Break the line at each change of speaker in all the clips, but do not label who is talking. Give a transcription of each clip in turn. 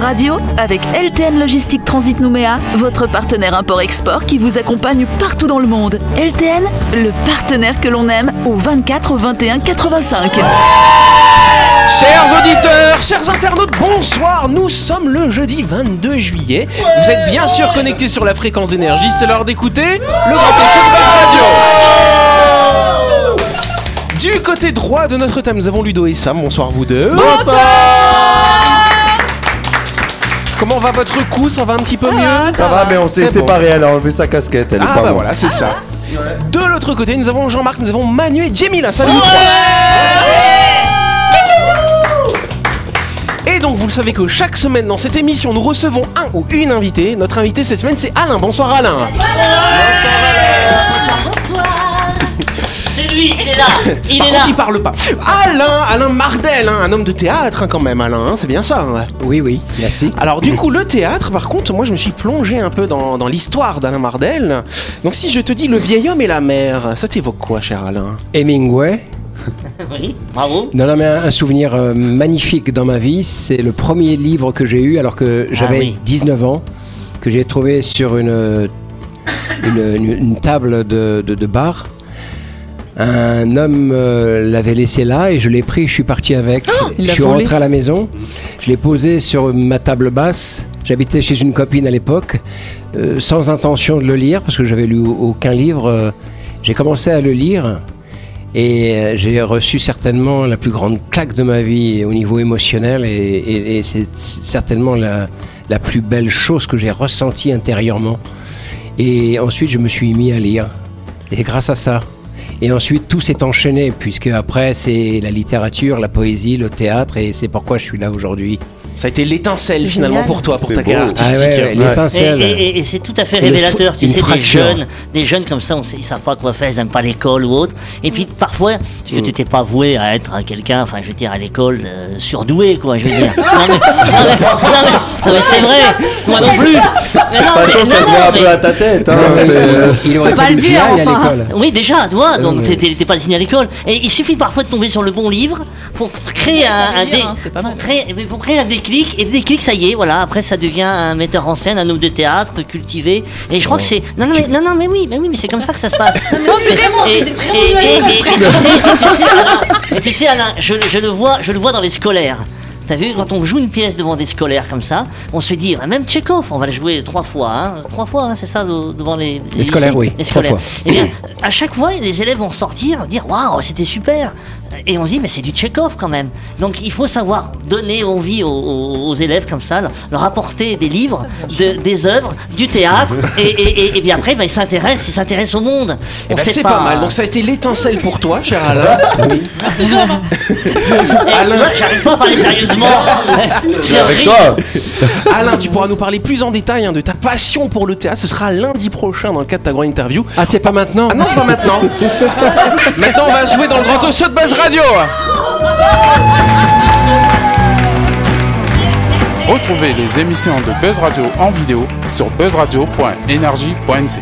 radio avec LTN Logistique Transit Nouméa, votre partenaire import-export qui vous accompagne partout dans le monde. LTN, le partenaire que l'on aime au 24 21 85.
Chers auditeurs, chers internautes, bonsoir. Nous sommes le jeudi 22 juillet. Vous êtes bien sûr connectés sur la fréquence d'énergie. C'est l'heure d'écouter le Grand Échec Buzz Radio. Du côté droit de notre table, nous avons Ludo et Sam. Bonsoir vous deux. Comment va votre coup Ça va un petit peu mieux
Ça va, mais on s'est
C'est bon.
séparés, elle a enlevé sa casquette, elle est
Ah
pas
bah
bon.
voilà, c'est ça. De l'autre côté, nous avons Jean-Marc, nous avons Manu et Jamila. Salut les trois. Et donc vous le savez que chaque semaine dans cette émission, nous recevons un ou une invitée. Notre invité cette semaine, c'est Alain. Bonsoir Alain.
C'est lui, il est là Il
Par
est
contre,
là
il parle pas. Alain, Alain Mardel, hein, un homme de théâtre hein, quand même, Alain, hein, c'est bien ça. ouais.
Oui, oui, merci.
Alors du coup, le théâtre, par contre, moi je me suis plongé un peu dans, dans l'histoire d'Alain Mardel. Donc si je te dis le vieil homme et la mer, ça t'évoque quoi, cher Alain
Hemingway.
Oui, bravo
Non, non, mais un, un souvenir euh, magnifique dans ma vie, c'est le premier livre que j'ai eu alors que j'avais
oui.
19 ans, que j'ai trouvé sur une, euh, une, une- une table de, de- de bar. Un homme euh, l'avait laissé là et je l'ai pris, je suis parti avec. je suis rentré à la maison, je l'ai posé sur ma table basse. J'habitais chez une copine à l'époque, euh, sans intention de le lire parce que j'avais lu aucun livre. euh, J'ai commencé à le lire et euh, j'ai reçu certainement la plus grande claque de ma vie au niveau émotionnel et, et- et c'est certainement la, la plus belle chose que j'ai ressentie intérieurement. Et ensuite, je me suis mis à lire. Et grâce à ça. Et ensuite, tout s'est enchaîné, puisque après, c'est la littérature, la poésie, le théâtre, et c'est pourquoi je suis là aujourd'hui.
Ça a été l'étincelle finalement pour toi, pour
C'est
ta
beau.
carrière artistique.
Ah ouais, ouais,
Et,
l'étincelle.
et- et c'est tout à fait
Et le
révélateur,
fo-
tu
une
sais, des
fracture.
jeunes, des jeunes comme ça, on sait, ils savent pas quoi faire, ils n'aiment pas l'école ou autre. Et puis parfois, parce
Mm.
que tu t'étais pas voué à être un quelqu'un, enfin je veux dire à l'école, euh, surdoué quoi, je veux dire. Non mais, non, mais- non, mais- non, mais c'est vrai, moi non plus. Mais non,
De toute
mais-
façon, ça
non,
se voit un
mais-
peu à ta tête. Hein,
Il-
c'est-
Il aurait
Faut pas
fallu
le
que j'y
dire,
aille à
enfin.
l'école.
Oui, déjà, toi, donc
mais-
t'étais t'étais pas destiné à l'école. Et il suffit parfois de tomber sur le bon livre pour créer un, un
hein,
dé- pour créer, mais pour créer un déclic. Et le déclic, ça y est, voilà. Après, ça devient un metteur en scène, un homme de théâtre cultivé. Et je crois que c'est. Non, non, mais, non, non, mais oui, mais oui, mais c'est comme ça que ça se passe. C'est-
vraiment,
et-
mais vraiment
et-
nul à
et-
l'école,
et-
frère.
et tu sais, et tu sais, Alain, et tu sais, Alain, je, je le vois, je le vois dans les scolaires. T'as vu, quand on joue une pièce devant des scolaires comme ça, on se dit, ah, même Tchekhov, on va le jouer trois fois, hein, trois fois, hein, c'est ça, de- devant les,
Les scolaires, oui,
les
trois
scolaires.
fois.
Eh bien, à chaque fois, les élèves vont sortir, dire waouh, c'était super. Et on se dit, mais c'est du Tchekhov quand même. Donc il faut savoir donner envie aux, aux- aux élèves comme ça, leur- leur apporter des livres, de- des œuvres, du théâtre. et, et, et, et bien après, ben, ils s'intéressent, ils s'intéressent au monde.
Eh
On
ben,
sait
c'est pas... mal. Donc ça a été l'étincelle pour toi, cher Alain.
Eh, tu vois, j'arrive pas à parler sérieusement. C'est
Avec
horrible.
toi
Alain, tu pourras nous parler plus en détail hein, de ta passion pour le théâtre. Ce sera lundi prochain dans le cadre de ta grande interview.
Ah, c'est pas maintenant
Ah non, c'est pas maintenant. maintenant, on va jouer dans le grand talk show de Buzz Radio.
Retrouvez les émissions de Buzz Radio en vidéo sur buzzradio.energie.nc.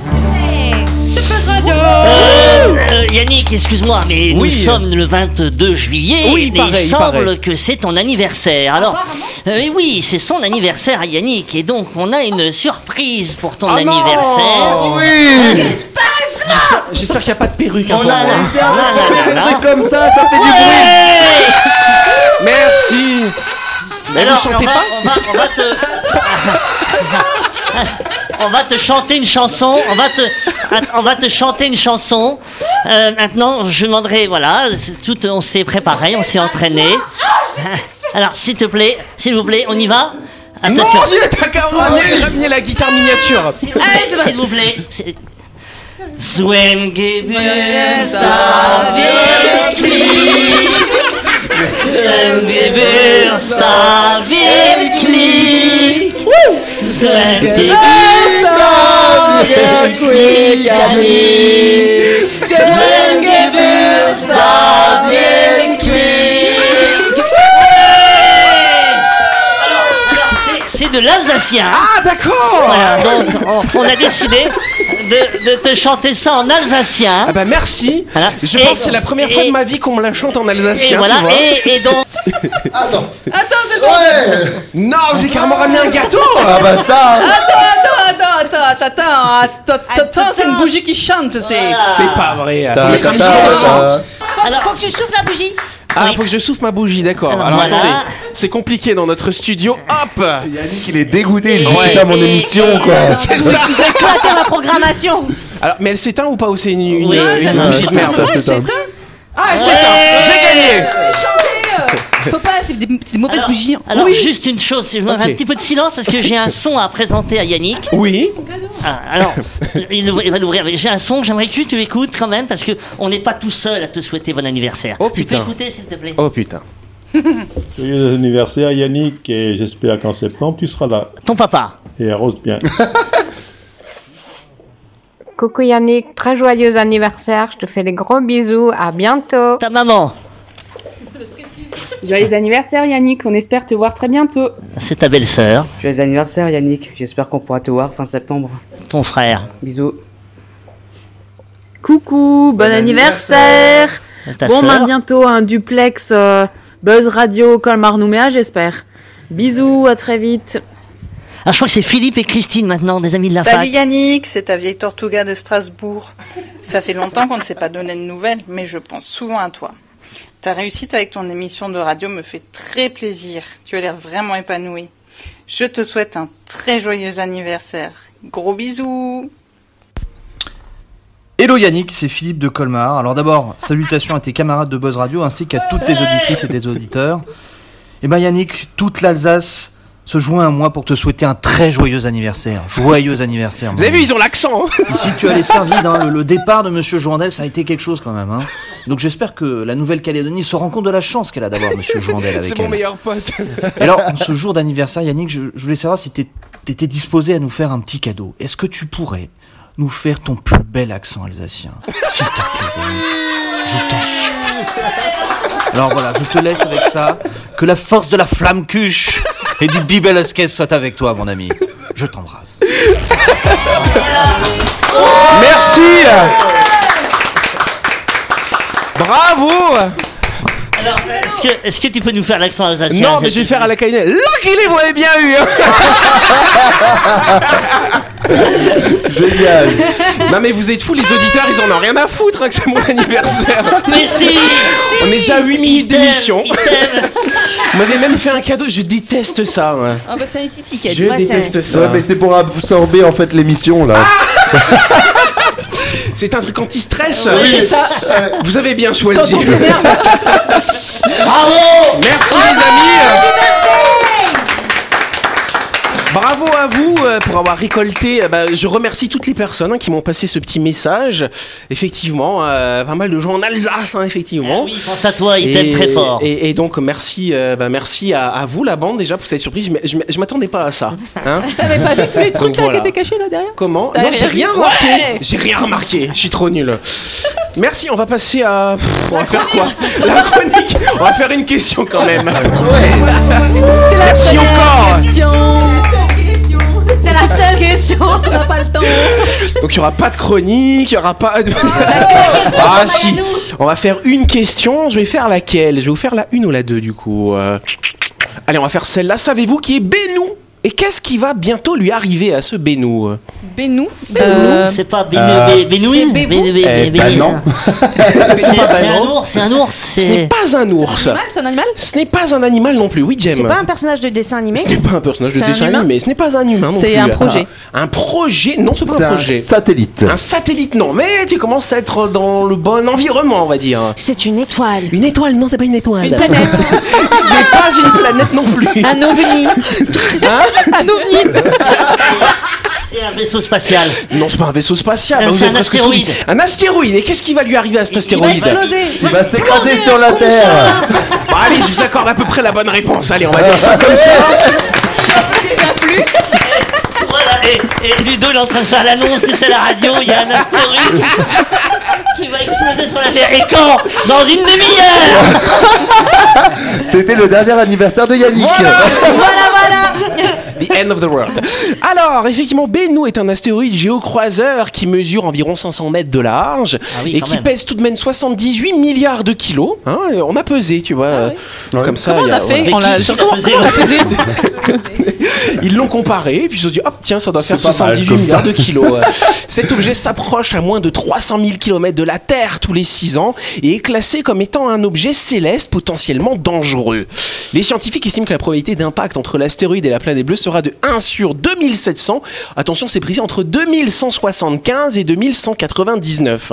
Euh, Yannick, excuse-moi, mais nous sommes le 22 juillet
Oui, il
mais
paraît, il
il semble
paraît.
que c'est ton anniversaire. Alors, euh, mais oui, c'est son anniversaire à Yannick et donc on a une surprise pour ton anniversaire.
Oui
J'espère qu'il n'y a pas de perruque. hein,
On
pour
a
moi.
la-
C'est un
la-
peu
la-
des
la-
trucs comme ça, ça fait du bruit
Merci.
Mais alors,
chantez
on va,
pas
on va- on va te... On va te chanter une chanson, on va te, on va te chanter une chanson. Euh, maintenant, je demanderai, voilà, c'est tout, on s'est préparé, on s'est entraîné. Alors, s'il te plaît, s'il vous plaît, on y va
Mon
Attention.
Dieu, t'as qu'à
Oh,
ramener, ramener la guitare miniature.
Allez, c'est
S'il
parti.
vous plaît. c'est- Swim, give me stop it, please. Swim, give me stop it, please. Swim, give me stop it, please, Yannick. Swim, give me stop it, please. Alors, alors, c'est- C'est de l'alsacien. hein.
Ah, d'accord.
Voilà, donc on, on a décidé, de, de te chanter ça en alsacien.
Ah bah merci.
Voilà.
Je
Et-
pense que c'est la première fois
et-
de ma vie qu'on me la chante en alsacien.
et voilà,
tu vois.
et, et donc,
Attends.
Attends, c'est bon.
Ouais.
Non, vous avez carrément ramené un gâteau.
Ah bah ça.
Attends, attends, attends, attends, attends, attends, attends, c'est une bougie qui chante, c'est.
C'est pas vrai.
Ta-
C'est
ta-
comme
ta-
ça qu'on
ta-
chante.
euh, alors,
Faut que tu souffles la bougie.
Ah, faut que je souffle ma bougie, d'accord.
Alors,
Alors
voilà.
attendez, c'est compliqué dans notre studio. Hop
Yannick, il est dégoûté. Il dit
Ouais.
putain, mon émission, quoi.
C'est ça
Ils ont éclaté ma programmation.
Alors, mais elle s'éteint ou pas Ou c'est une, une,
Oui,
une
non,
petite
c'est
merde
ça, c'est ça.
Ah, elle
S'éteint. J'ai gagné
Faut pas, c'est des, c'est des mauvaises
alors-
bougies.
alors, juste une chose, si je me
Ok.
un petit peu de silence parce que j'ai un son à présenter à Yannick.
Oui
Ah, alors, il, il va l'ouvrir. J'ai un son, j'aimerais que tu l'écoutes quand même parce que on n'est pas tout seul à te souhaiter bon anniversaire.
Oh,
tu peux
putain.
écouter s'il te plaît.
Oh putain.
Joyeux anniversaire Yannick et j'espère qu'en septembre tu seras là
Ton papa.
et arrose bien.
Coucou Yannick, très joyeux anniversaire, je te fais des gros bisous, à bientôt.
Ta maman.
Joyeux anniversaire Yannick, on espère te voir très bientôt.
C'est ta belle-sœur.
Joyeux anniversaire Yannick, j'espère qu'on pourra te voir fin septembre.
Ton frère.
Bisous.
Coucou, bon, anniversaire.
Ta
Bon,
sœur.
ben bientôt un duplex euh, Buzz Radio Colmar Nouméa, j'espère. Bisous, à très vite.
Ah, je crois que c'est Philippe et Christine maintenant, des amis de la
Salut
fac.
Yannick, c'est ta vieille Tortuga de Strasbourg. Ça fait longtemps qu'on ne s'est pas donné de nouvelles, mais je pense souvent à toi. Ta réussite avec ton émission de radio me fait très plaisir. Tu as l'air vraiment épanoui. Je te souhaite un très joyeux anniversaire. Gros bisous
Hello Yannick, c'est Philippe de Colmar. Alors d'abord, salutations à tes camarades de Buzz Radio ainsi qu'à toutes tes auditrices et tes auditeurs. Eh ben Yannick, toute l'Alsace se joint à moi pour te souhaiter un très joyeux anniversaire. Joyeux anniversaire. mon
Vous avez vu,
ami.
ils ont l'accent hein
Et si tu allais servir, hein, le, le départ de Monsieur Jourdel, ça a été quelque chose quand même. hein. Donc j'espère que la Nouvelle-Calédonie se rend compte de la chance qu'elle a d'avoir Monsieur Jourdel avec
C'est
elle.
mon meilleur pote.
Et alors, en ce jour d'anniversaire, Yannick, je, je voulais savoir si t'é- t'étais disposé à nous faire un petit cadeau. Est-ce que tu pourrais nous faire ton plus bel accent alsacien S'il te plaît, Yannick. je t'en supplie. Alors voilà, je te laisse avec ça. Que la force de la flamme cuche et du bibelasquez soit avec toi, mon ami. Je t'embrasse.
Merci Bravo
Est-ce que, est-ce que tu peux nous faire l'accent alsacien
Non, mais je vais faire à la caïnée. Là qu'il est, vous l'avez bien eu hein
Génial.
Non, mais vous êtes fous, les auditeurs, ils en ont rien à foutre hein, que c'est mon anniversaire.
Mais si
On est déjà à 8 minutes
Item,
d'émission.
item.
Vous m'avez même fait un cadeau, je déteste ça. ouais.
Ah bah c'est un titi qui a
Je
dit.
déteste
Ouais,
ça. Ah,
mais c'est pour absorber en fait l'émission là.
C'est un truc anti-stress. Euh,
Oui.
C'est ça.
Vous avez bien choisi.
Quand on t'énerve.
Merci les amis. Bravo à vous euh, pour avoir récolté. euh, bah, je remercie toutes les personnes hein, qui m'ont passé ce petit message. Effectivement, euh, pas mal de gens en Alsace, hein, effectivement.
Ah
Oui, pense à toi, il t'aime très fort.
Et, et donc merci, euh, bah, merci à, à vous la bande déjà pour cette surprise. Je m- Je, m- je m'attendais pas à ça. hein.
T'avais pas vu tous les trucs
Donc,
là
voilà.
qui étaient cachés là derrière
Comment
T'as
Non, j'ai
rien
rien
dit.
remarqué.
Ouais.
J'ai rien remarqué. Je suis trop nul. Merci. On va passer à. Pff, on va faire quoi La chronique. On va faire une question quand même.
C'est la
Merci
première
encore.
question. C'est la seule question, parce qu'on n'a pas le temps.
Donc il y aura pas de chronique, il y aura pas. de- ah si. On va faire une question. Je vais faire laquelle Je vais vous faire la une ou la deux du coup. Euh, Allez, on va faire celle-là. Savez-vous qui est Bénou Et qu'est-ce qui va bientôt lui arriver à ce Bénou
Bénou.
Bénou,
Euh,
c'est pas
euh,
Bénou, Bénoui
c'est Bébou
Eh ben non.
C'est
bah pas
c'est un
Bénou.
ours, c'est un ours.
Ce n'est
Eh. C'est
pas un ours.
animal, C'est un animal
Ce n'est pas un animal non plus. Oui, Jem.
C'est pas un personnage de dessin animé
Ce n'est pas un personnage de
C'est un
dessin
humain
animé, ce n'est pas un humain non
C'est
plus.
un projet.
Ah, Un projet Non, c'est pas
C'est
un
un
projet.
satellite.
Un satellite, non, mais tu commences à être dans le bon environnement, on va dire.
C'est une étoile.
Une étoile, non, c'est pas une étoile.
Une planète.
Ce n'est pas une planète non plus.
Un ovni.
Un ovni.
c'est un vaisseau spatial.
Non, c'est pas un vaisseau spatial. hein,
Euh,
vous
c'est
êtes
un
presque
astéroïde.
tout dit. Un astéroïde. Et qu'est-ce qui va lui arriver à cet
Il va
astéroïde
exploser.
Il va s'écraser sur la Terre.
Bon, Allez, je vous accorde à peu près la bonne réponse. Allez, on va dire Ah, ça comme ça.
Voilà, et, et Ludo il est en train de faire l'annonce, tu sais, à la radio, il y a un astéroïde qui va exploser sur la Terre. Et quand Dans une demi-heure
C'était le dernier anniversaire de Yannick.
Voilà.
voilà, voilà.
The end of the world. Alors, effectivement, Bennu est un astéroïde géocroiseur qui mesure environ 500 mètres de large
Ah
oui,
et
quand
qui
même.
pèse tout de même 78 milliards de kilos. hein. Et on a pesé, tu vois. euh, Comme ça,
Ah Comment
il y
on a fait
voilà.
On l'a- genre, comment- comment on a pesé
Ils l'ont comparé, et puis ils se sont dit, hop, tiens, ça doit faire
C'est pas mal,
78
comme
milliards
ça.
de kilos. euh. Cet objet s'approche à moins de 300 000 km de la Terre tous les 6 ans et est classé comme étant un objet céleste potentiellement dangereux. Les scientifiques estiment que la probabilité d'impact entre l'astéroïde et la planète bleue sera de 1 sur 2700. Attention, c'est précis entre 2175 et 2199.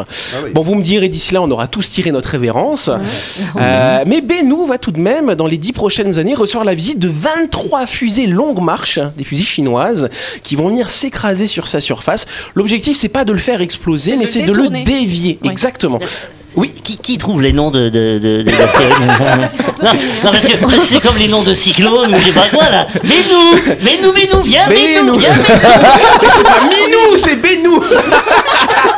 Bon, vous me direz, d'ici là, on aura tous tiré notre révérence. Euh, mais Bennu va tout de même, dans les 10 prochaines années, recevoir la visite de 23 fusées longue marche, hein, des fusées chinoises, qui vont venir s'écraser sur sa surface. L'objectif, c'est pas de le faire exploser, mais c'est de le
détourner.
dévier. Exactement. Oui.
Qui, qui trouve les noms de, de, de, de- non, non, parce que c'est comme les noms de cyclones ou je sais pas quoi là. Mais nous, mais nous, mais nous, viens, mais nous, viens, mais
Mais c'est pas Minou, c'est Benou.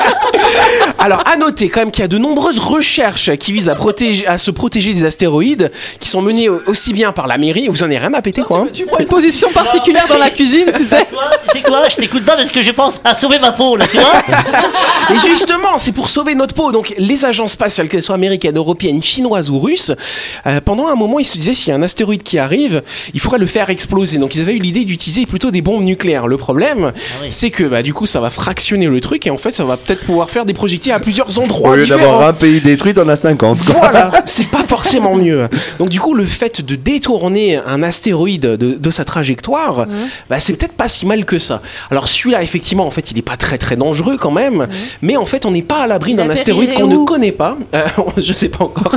Alors, à noter quand même qu'il y a de nombreuses recherches qui visent à, protéger, à se protéger des astéroïdes, qui sont menées au- aussi bien par la mairie, vous en avez rien à péter quoi. hein.
Tu prends une position particulière dans la cuisine, tu sais.
Quoi Tu sais quoi Je t'écoute pas parce que je pense à sauver ma peau là, tu vois
Et justement, c'est pour sauver notre peau. Donc, les agences spatiales, qu'elles soient américaines, européennes, chinoises ou russes, euh, pendant un moment, ils se disaient s'il y a un astéroïde qui arrive, il faudrait le faire exploser. Donc, ils avaient eu l'idée d'utiliser plutôt des bombes nucléaires. Le problème, c'est que bah, du coup, ça va fractionner le truc et en fait, ça va peut-être pouvoir faire des projectiles à plusieurs endroits.
Au lieu
différents.
d'avoir un pays détruit, t'en as 50. quoi.
Voilà, c'est pas forcément mieux. Donc du coup, le fait de détourner un astéroïde de, de sa trajectoire, bah, c'est peut-être pas si mal que ça. Alors celui-là, effectivement, en fait, il est pas très très dangereux quand même, mais en fait, on n'est pas à l'abri d'un
atterrirait
astéroïde qu'on
où
ne connaît pas. Euh, je sais pas encore.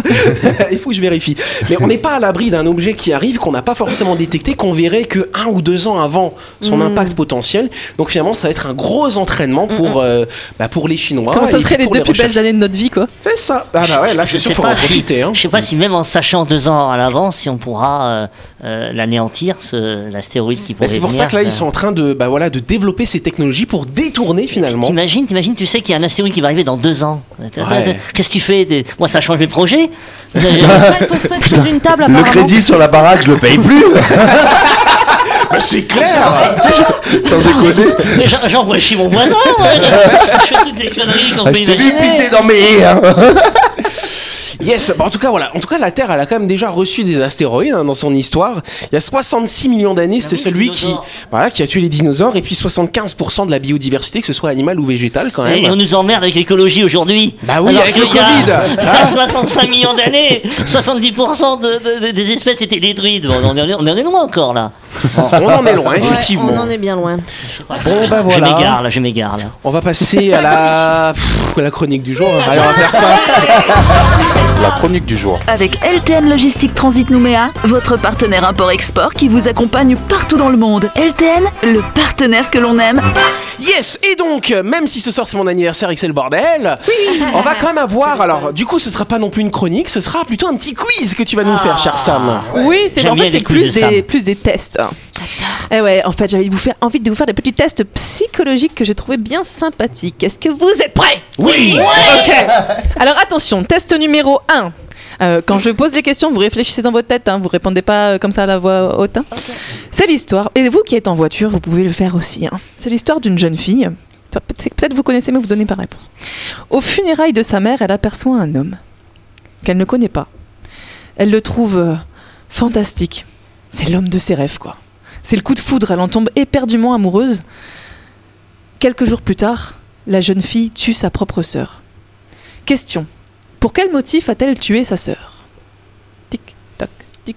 il faut que je vérifie. Mais on n'est pas à l'abri d'un objet qui arrive qu'on n'a pas forcément détecté, qu'on verrait que un ou deux ans avant son
Mhm.
impact potentiel. Donc finalement, ça va être un gros entraînement pour euh, bah, pour les Chinois.
Comment ça
et
serait les
pour
deux plus
recherches.
belles années de notre vie, quoi
C'est ça. Ah bah ouais, là c'est
Je
sûr,
sais
faut
pas
en
si-
profiter. hein.
Je sais pas si même en sachant deux ans à l'avance, si on pourra euh, euh, l'anéantir, ce- l'astéroïde qui pourrait
Bah, c'est pour ça
venir, euh,
que là, ils sont en train de, bah, voilà, de développer ces technologies pour détourner finalement.
T'imagines, t'imagines, tu sais qu'il y a un astéroïde qui va arriver dans deux ans.
Ouais.
Qu'est-ce que tu fais des- Moi, ça change mes projets.
Faut se mettre sous une table
Le
apparemment.
crédit sur la baraque, je le paye plus.
c'est clair
Sans déconner.
Mais j'en- J'envoie chez mon voisin. moi. Je fais toutes les conneries qu'on
Ah,
peut
je t'ai vu
imaginer.
pisser dans mes haies. hein.
Yes, Bah, en tout cas voilà, en tout cas la Terre elle a quand même déjà reçu des astéroïdes hein, dans son histoire. Il y a 66 millions d'années, c'était celui qui, voilà, qui a tué les dinosaures et puis 75% de la biodiversité, que ce soit animale ou végétale quand même.
Et on nous emmerde avec l'écologie aujourd'hui.
Bah oui,
Alors
avec le
qu'il y a-
Covid. Ah.
il y a 65 millions d'années, 70% de- de- de- des espèces étaient détruites. Bon, on, en est, on en est loin encore là.
On en est loin,
Ouais,
effectivement.
on en est bien loin.
Bon bah
Je
voilà.
m'égare là, je m'égare là.
On va passer à la, pff, à la chronique du jour. hein. Allez, on va faire ça.
La chronique du jour.
Avec LTN Logistique Transit Nouméa, votre partenaire import-export qui vous accompagne partout dans le monde. LTN, le partenaire que l'on aime.
Yes, et donc, euh, même si ce soir c'est mon anniversaire et que c'est le bordel, on va quand même avoir. Alors, du coup, ce sera pas non plus une chronique, ce sera plutôt un petit quiz que tu vas nous faire,
Ah.
cher Sam.
Oui, c'est en fait c'est plus des plus des tests. J'adore. Et ouais, en fait, j'avais vous faire envie de vous faire des petits tests psychologiques que j'ai trouvé bien sympathiques. Est-ce que vous êtes prêts
Oui.
OK. Alors attention, test numéro 1. quand je pose les questions, vous réfléchissez dans votre tête, hein, vous répondez pas euh, comme ça à la voix haute. hein. C'est l'histoire. Et vous qui êtes en voiture, vous pouvez le faire aussi. hein. C'est l'histoire d'une jeune fille. Pe- Peut-être vous connaissez, mais vous donnez pas la réponse. Au funérailles de sa mère, elle aperçoit un homme qu'elle ne connaît pas. Elle le trouve euh, fantastique. C'est l'homme de ses rêves, quoi. C'est le coup de foudre, elle en tombe éperdument amoureuse. Quelques jours plus tard, la jeune fille tue sa propre sœur. Question. Pour quel motif a-t-elle tué sa sœur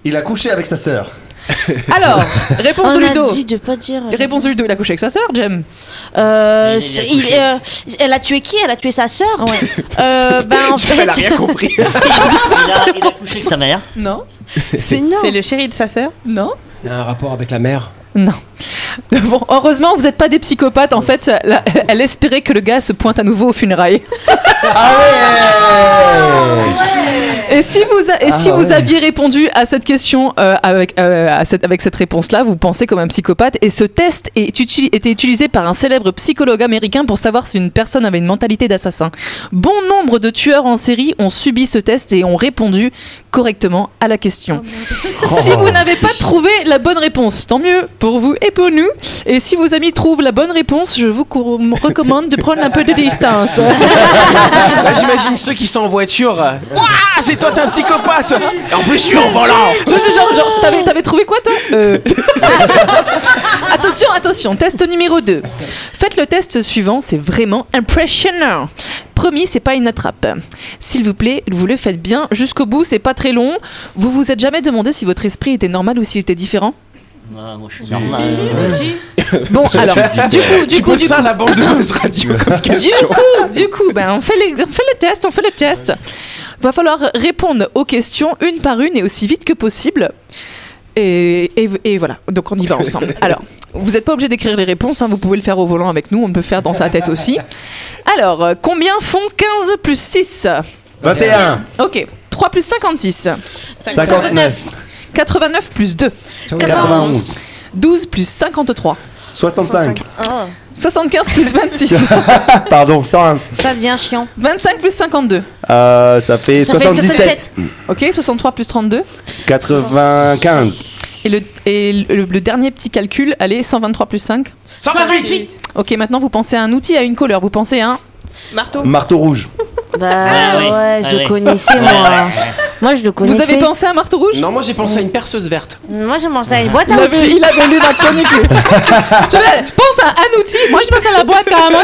Il a couché avec sa sœur.
Alors, réponse de
On a
Ludo.
dit de pas dire.
Réponse de Ludo, il a couché avec sa sœur, Jem.
Euh, c'est- il- euh, elle a tué qui Elle a tué sa sœur euh, ben, en fait...
Elle a rien
compris.
Il a, il a couché avec sa mère.
Non.
C'est
le chéri de sa sœur Non.
C'est un rapport avec la mère.
Non. Bon, heureusement, vous n'êtes pas des psychopathes. En fait, la- elle espérait que le gars se pointe à nouveau aux funérailles.
Eh.
Et si vous, a- et
Ah
si vous
ouais.
aviez répondu à cette question euh, avec, euh, à cette, avec cette réponse-là, vous pensez comme un psychopathe. Et ce test est uti- était utilisé par un célèbre psychologue américain pour savoir si une personne avait une mentalité d'assassin. Bon nombre de tueurs en série ont subi ce test et ont répondu correctement à la question. Si
Oh,
vous n'avez pas trouvé la bonne réponse, tant mieux pour vous et pour nous. Et si vos amis trouvent la bonne réponse, je vous co- recommande de prendre un peu de distance.
Là, j'imagine ceux qui sont en voiture. euh, Ouah, c'est toi, t'es un psychopathe. Et en plus, je suis en volant.
Je- je- Genre, genre, t'avais, t'avais trouvé quoi toi Euh. Attention, attention, test numéro 2. Faites le test suivant, c'est vraiment impressionnant. Promis, c'est pas une attrape. S'il vous plaît, vous le faites bien jusqu'au bout, c'est pas très long. Vous vous êtes jamais demandé si votre esprit était normal ou s'il était différent
Ah, moi, je suis
moi
normal.
aussi.
Bon,
Je
alors,
suis différent.
du coup, du
Tu
coup,
poses
du
ça
coup.
à la bande de Buzz Radio comme
Du
question.
coup, du coup, ben, on, fait les- on fait le test, on fait le test. Va falloir répondre aux questions une par une et aussi vite que possible. Et, et- et voilà, donc on y va ensemble. Alors, vous n'êtes pas obligé d'écrire les réponses, hein, vous pouvez le faire au volant avec nous, on peut le faire dans sa tête aussi. Alors, euh, combien font 15 plus 6
21.
Ok, 3 plus 56
59.
89 plus 2
91.
12 plus 53
65.
75 plus 26
Pardon, 101.
Ça devient chiant. 25 plus 52
Euh, ça fait 77.
Ok, 63 plus 32.
95.
Et le, et le, le dernier petit calcul, allez, 123 plus 5.
128.
Ok, maintenant vous pensez à un outil, à une couleur. Vous pensez à un.
Marteau.
Marteau rouge.
Bah
oui.
ouais,
Ah
je
oui.
le connaissais moi. Moi je le connaissais.
Vous avez pensé à un marteau rouge
Non, moi j'ai pensé à une perceuse verte.
Moi j'ai pensé à une boîte
Il
Bah
à
avait,
outils.
il avait lu la chronique. lui. Je vais- pense à un outil. Moi, je pense à la boîte carrément.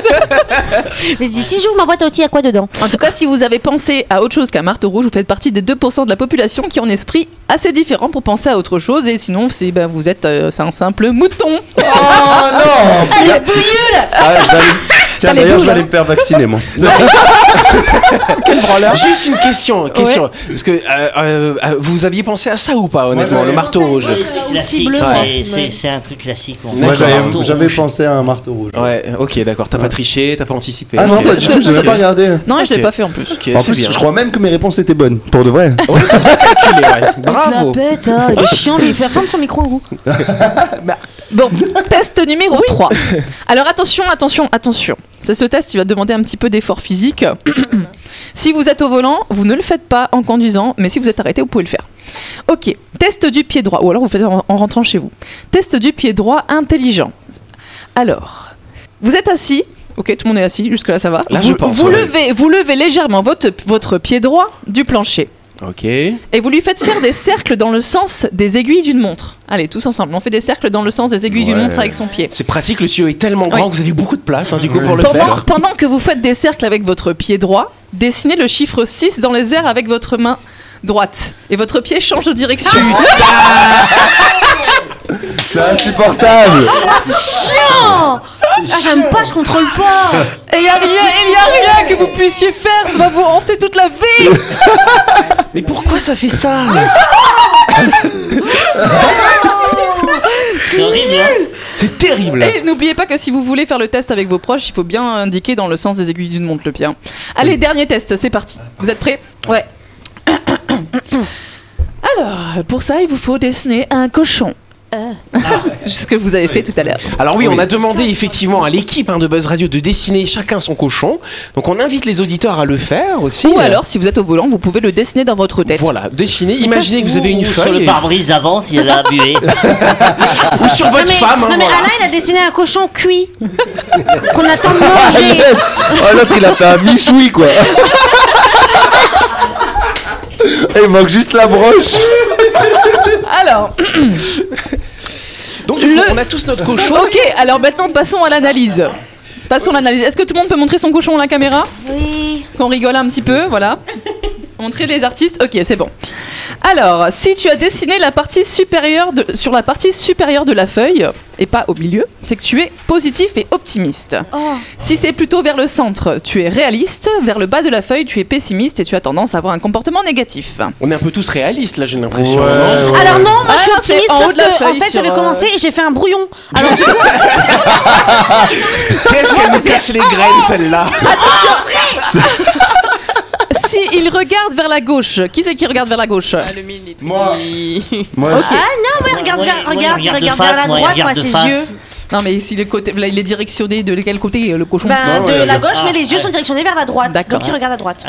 Mais si j'ouvre ma boîte à outils, il y a quoi dedans En tout cas, si vous avez pensé à autre chose qu'un marteau rouge, vous faites partie des 2% de la population qui ont un esprit assez différent pour penser à autre chose. Et sinon, c'est, ben, vous êtes euh, c'est un simple mouton. Oh non Elle est bouillule
Ah, je vais aller- Tiens,
T'as les
d'ailleurs, je
boules,
vais aller
hein.
me faire vacciner, moi.
Juste une question, question. Parce que euh, euh, euh, vous aviez pensé à ça ou pas, honnêtement,
j'avais
le marteau rouge.
Classique,
bleu,
c'est-
ouais.
c'est c'est un truc classique. moi.
Moi, j'avais-
Marteau
j'avais
rouge.
pensé à un marteau rouge.
Ouais, ok, d'accord. T'as pas triché, t'as pas anticipé.
Ah non,
Ok.
bah, du coup, je l'avais pas regardé.
Non, je l'ai
Ok.
pas fait en plus.
Ok,
en
c'est
plus,
bien.
je crois même que mes réponses étaient bonnes, pour de vrai.
On se la pète, hein. il est chiant de lui faire fondre son micro en gros.
Bon, test numéro 3. Alors attention, attention, attention. C'est ce test qui va demander un petit peu d'effort physique. si vous êtes au volant, vous ne le faites pas en conduisant, mais si vous êtes arrêté, vous pouvez le faire. Ok, test du pied droit, ou alors vous faites en, en rentrant chez vous. Test du pied droit intelligent. Alors, vous êtes assis. Ok, tout le monde est assis, jusque-là ça va.
Là,
vous,
je pense,
vous
ouais.
levez, vous levez légèrement votre, votre pied droit du plancher
Ok.
et vous lui faites faire des cercles dans le sens des aiguilles d'une montre. Allez, tous ensemble, on fait des cercles dans le sens des aiguilles d'une
Ouais.
montre avec son pied.
C'est pratique, le tuyau est tellement grand
Oui.
que vous avez beaucoup de place, hein, du coup, pour le
Pendant,
faire.
pendant que vous faites des cercles avec votre pied droit, dessinez le chiffre 6 dans les airs avec votre main droite. Et votre pied change de direction.
Ah
C'est insupportable.
Ah, c'est chiant Ah, j'aime pas, je contrôle pas
Et il n'y a, rien- y a rien que vous puissiez faire, ça va vous hanter toute la vie
Mais pourquoi ça fait ça
C'est horrible. hein.
C'est terrible.
Et n'oubliez pas que si vous voulez faire le test avec vos proches, il faut bien indiquer dans le sens des aiguilles d'une montre le pied. hein. Allez, dernier test, c'est parti. Vous êtes prêts Ouais. Alors, pour ça, il vous faut dessiner un cochon. Ah, Ce que vous avez fait tout à l'heure.
Alors oui, on a demandé effectivement à l'équipe hein, de Buzz Radio de dessiner chacun son cochon. Donc on invite les auditeurs à le faire aussi.
Ou alors, si vous êtes au volant, vous pouvez le dessiner dans votre tête.
Voilà, dessiner. Imaginez que vous avez une
Ou Sur
feuille.
le
et-
pare-brise avant, s'il a buée.
Ou sur
non,
votre
mais,
femme. hein,
non, mais
voilà.
Alain, il a dessiné un cochon cuit qu'on attend de
Ah,
manger.
yes. Oh, l'autre, il a fait un michoui, quoi. Et il manque juste la broche.
Alors,
Donc du coup, on a tous notre cochon.
ok, alors maintenant passons à l'analyse. Passons à l'analyse. Est-ce que tout le monde peut montrer son cochon à la caméra
Oui.
Qu'on rigole un petit peu, voilà. Montrer les artistes, ok, c'est bon. Alors, si tu as dessiné la partie supérieure de- sur la partie supérieure de la feuille, et pas au milieu, c'est que tu es positif et optimiste.
Oh.
Si c'est plutôt vers le centre, tu es réaliste, vers le bas de la feuille, tu es pessimiste et tu as tendance à avoir un comportement négatif.
On est un peu tous réalistes là, j'ai l'impression.
Ouais,
non
ouais.
Alors non, moi je suis
Ah, c'est
optimiste,
en haut
sauf
de la
que en
feuille
fait
sur,
j'avais
euh,
commencé et j'ai fait un brouillon. Alors du coup,
Qu'est-ce qu'elle nous cache les graines celle-là
si il regarde vers la gauche, qui c'est qui regarde vers la gauche
Moi.
Ok.
Moi,
ah non, mais regarde,
Moi,
vers-
moi, il
regarde,
regarde de
regarde
face,
vers la
moi, il
droite,
regarde
moi
de
ses
face.
yeux.
Non, mais si le côté, là, il est directionné de quel côté euh, le cochon
Ben, de la gauche, mais les yeux sont directionnés vers la droite. Donc il regarde à droite.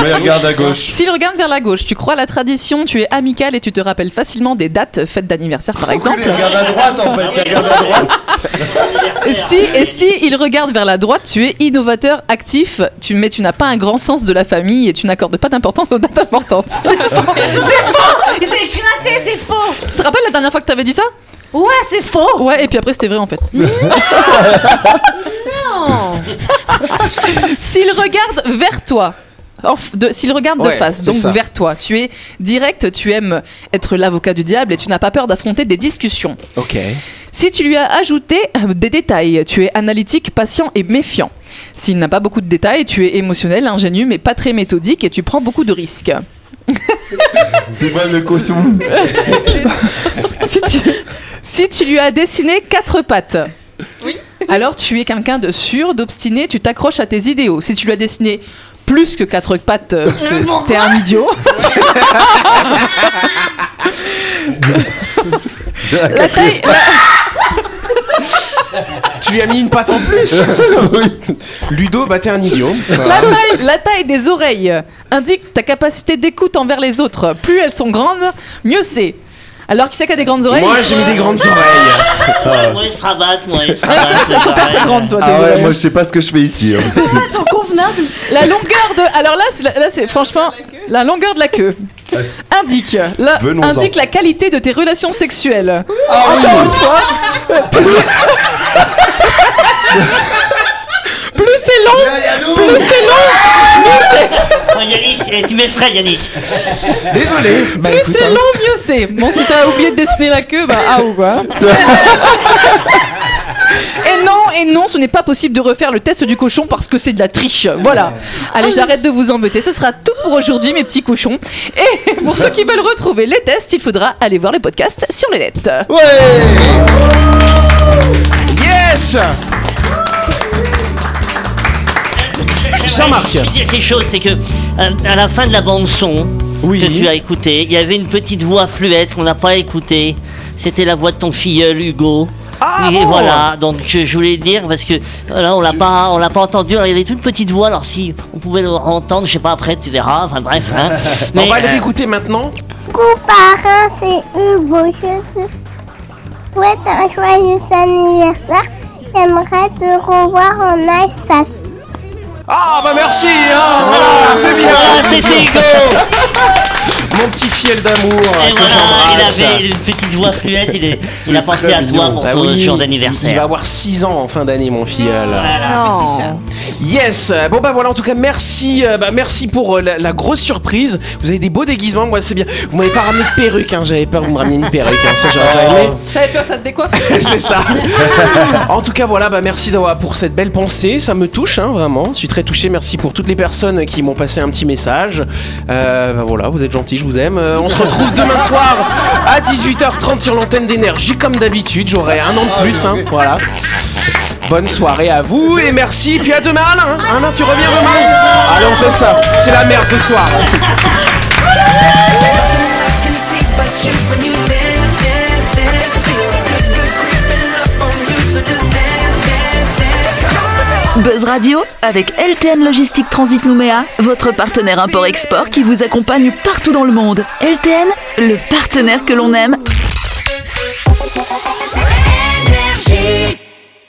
Mais regarde à gauche.
S'il regarde vers la gauche, tu crois à la tradition, tu es amical et tu te rappelles facilement des dates fêtes d'anniversaire par exemple.
Il regarde à droite en fait, il regarde à droite.
Et si, et si il regarde vers la droite, tu es innovateur actif, tu, mais tu n'as pas un grand sens de la famille et tu n'accordes pas d'importance aux dates importantes. C'est faux
C'est faux Il s'est éclaté, c'est faux
Tu te rappelles la dernière fois que t'avais dit ça
Ouais, c'est faux
Ouais, et puis après c'était vrai en fait.
Non
S'il regarde vers toi. en f- de- S'il regarde de
Ouais,
face,
c'est
donc
ça.
vers toi, tu es direct, tu aimes être l'avocat du diable et tu n'as pas peur d'affronter des discussions.
Ok.
Si tu lui as ajouté euh, des détails, tu es analytique, patient et méfiant. S'il n'a pas beaucoup de détails, tu es émotionnel, ingénu, mais pas très méthodique et tu prends beaucoup de risques.
C'est pas le costume.
si, tu, si tu lui as dessiné quatre pattes, alors tu es quelqu'un de sûr, d'obstiné, tu t'accroches à tes idéaux. Si tu lui as dessiné plus que quatre pattes, euh, que t'es un idiot.
La
taille-
Tu lui as mis une patte en plus Ludo, bah t'es un idiot.
La taille, la taille des oreilles indique ta capacité d'écoute envers les autres. Plus elles sont grandes, mieux c'est. Alors qui c'est qui a des grandes oreilles
Moi j'ai mis des grandes oreilles.
Ouais, moi, il se rabatte, moi, euh, il se rabatte.
Elles sont pas très grandes, toi.
Ah
désolé.
ouais, moi je sais pas ce que je fais ici. hein.
Elles sont convenables. La longueur de. Alors là, c'est, là, c'est franchement. La longueur de la queue indique, la,
Venons-en.
indique la qualité de tes relations sexuelles.
Ah oui.
Encore une fois. Plus c'est long, plus c'est long, mieux c'est.
Oh, Yannick, eh, tu m'effraies, Yannick.
Désolé. Bah, hein.
Plus c'est long, mieux c'est. Bon, si t'as oublié de dessiner la queue, bah ah ou bah. Et non, et non, ce n'est pas possible de refaire le test du cochon parce que c'est de la triche. Voilà. Allez, j'arrête de vous embêter. Ce sera tout pour aujourd'hui, mes petits cochons. Et pour ceux qui veulent retrouver les tests, il faudra aller voir les podcasts sur le net.
Yes
Jean-Marc. Je veux dire quelque chose, c'est que euh, à la fin de la bande son que tu as écoutée, il y avait une petite voix fluette qu'on n'a pas écoutée. C'était la voix de ton filleul Hugo. et
Ah, bon
voilà, donc euh, je voulais dire parce que euh, là on l'a pas, on l'a pas entendu. Alors, il y avait toute petite voix. Alors si on pouvait l'entendre, je sais pas après, tu verras. Enfin bref. hein.
On va le
euh,
réécouter maintenant.
Copain, c'est Hugo. Je te souhaite un joyeux anniversaire. J'aimerais te revoir en Alsace.
Ah bah merci hein, voilà, c'est bien
Ah, c'était Hugo.
Mon petit fiel d'amour
et
que
voilà,
j'embrasse.
il avait une petite voix fluette. Il, est- il a pensé
Très
à toi
mignon.
pour
Bah
ton
oui,
jour
Il va
d'anniversaire. Oh
avoir 6 ans en fin d'année, mon filleul.
Non.
Yes. Bon bah voilà. En tout cas, merci, euh, bah, merci pour euh, la, la grosse surprise. Vous avez des beaux déguisements. Moi, c'est bien. Vous m'avez pas ramené de perruque. Hein. J'avais peur que vous me rameniez une perruque. hein. Ça, j'aurais pas aimé.
J'avais peur, ça te décoiffe.
c'est ça. en tout cas, voilà, bah, merci d'avoir pour cette belle pensée. Ça me touche, hein, vraiment. Je suis très touché. Merci pour toutes les personnes qui m'ont passé un petit message. Euh, bah, voilà, vous êtes gentils, je vous aime. Euh, on se retrouve demain soir à 18h30 sur l'antenne d'énergie, comme d'habitude. J'aurai un an de plus, hein, voilà. Bonne soirée à vous et merci. Puis à demain, Alain. hein. Alain, tu reviens demain. Allez, on fait ça. C'est la merde ce soir.
Buzz Radio avec LTN Logistique Transit Nouméa, votre partenaire import-export qui vous accompagne partout dans le monde. LTN, le partenaire que l'on aime
Energy.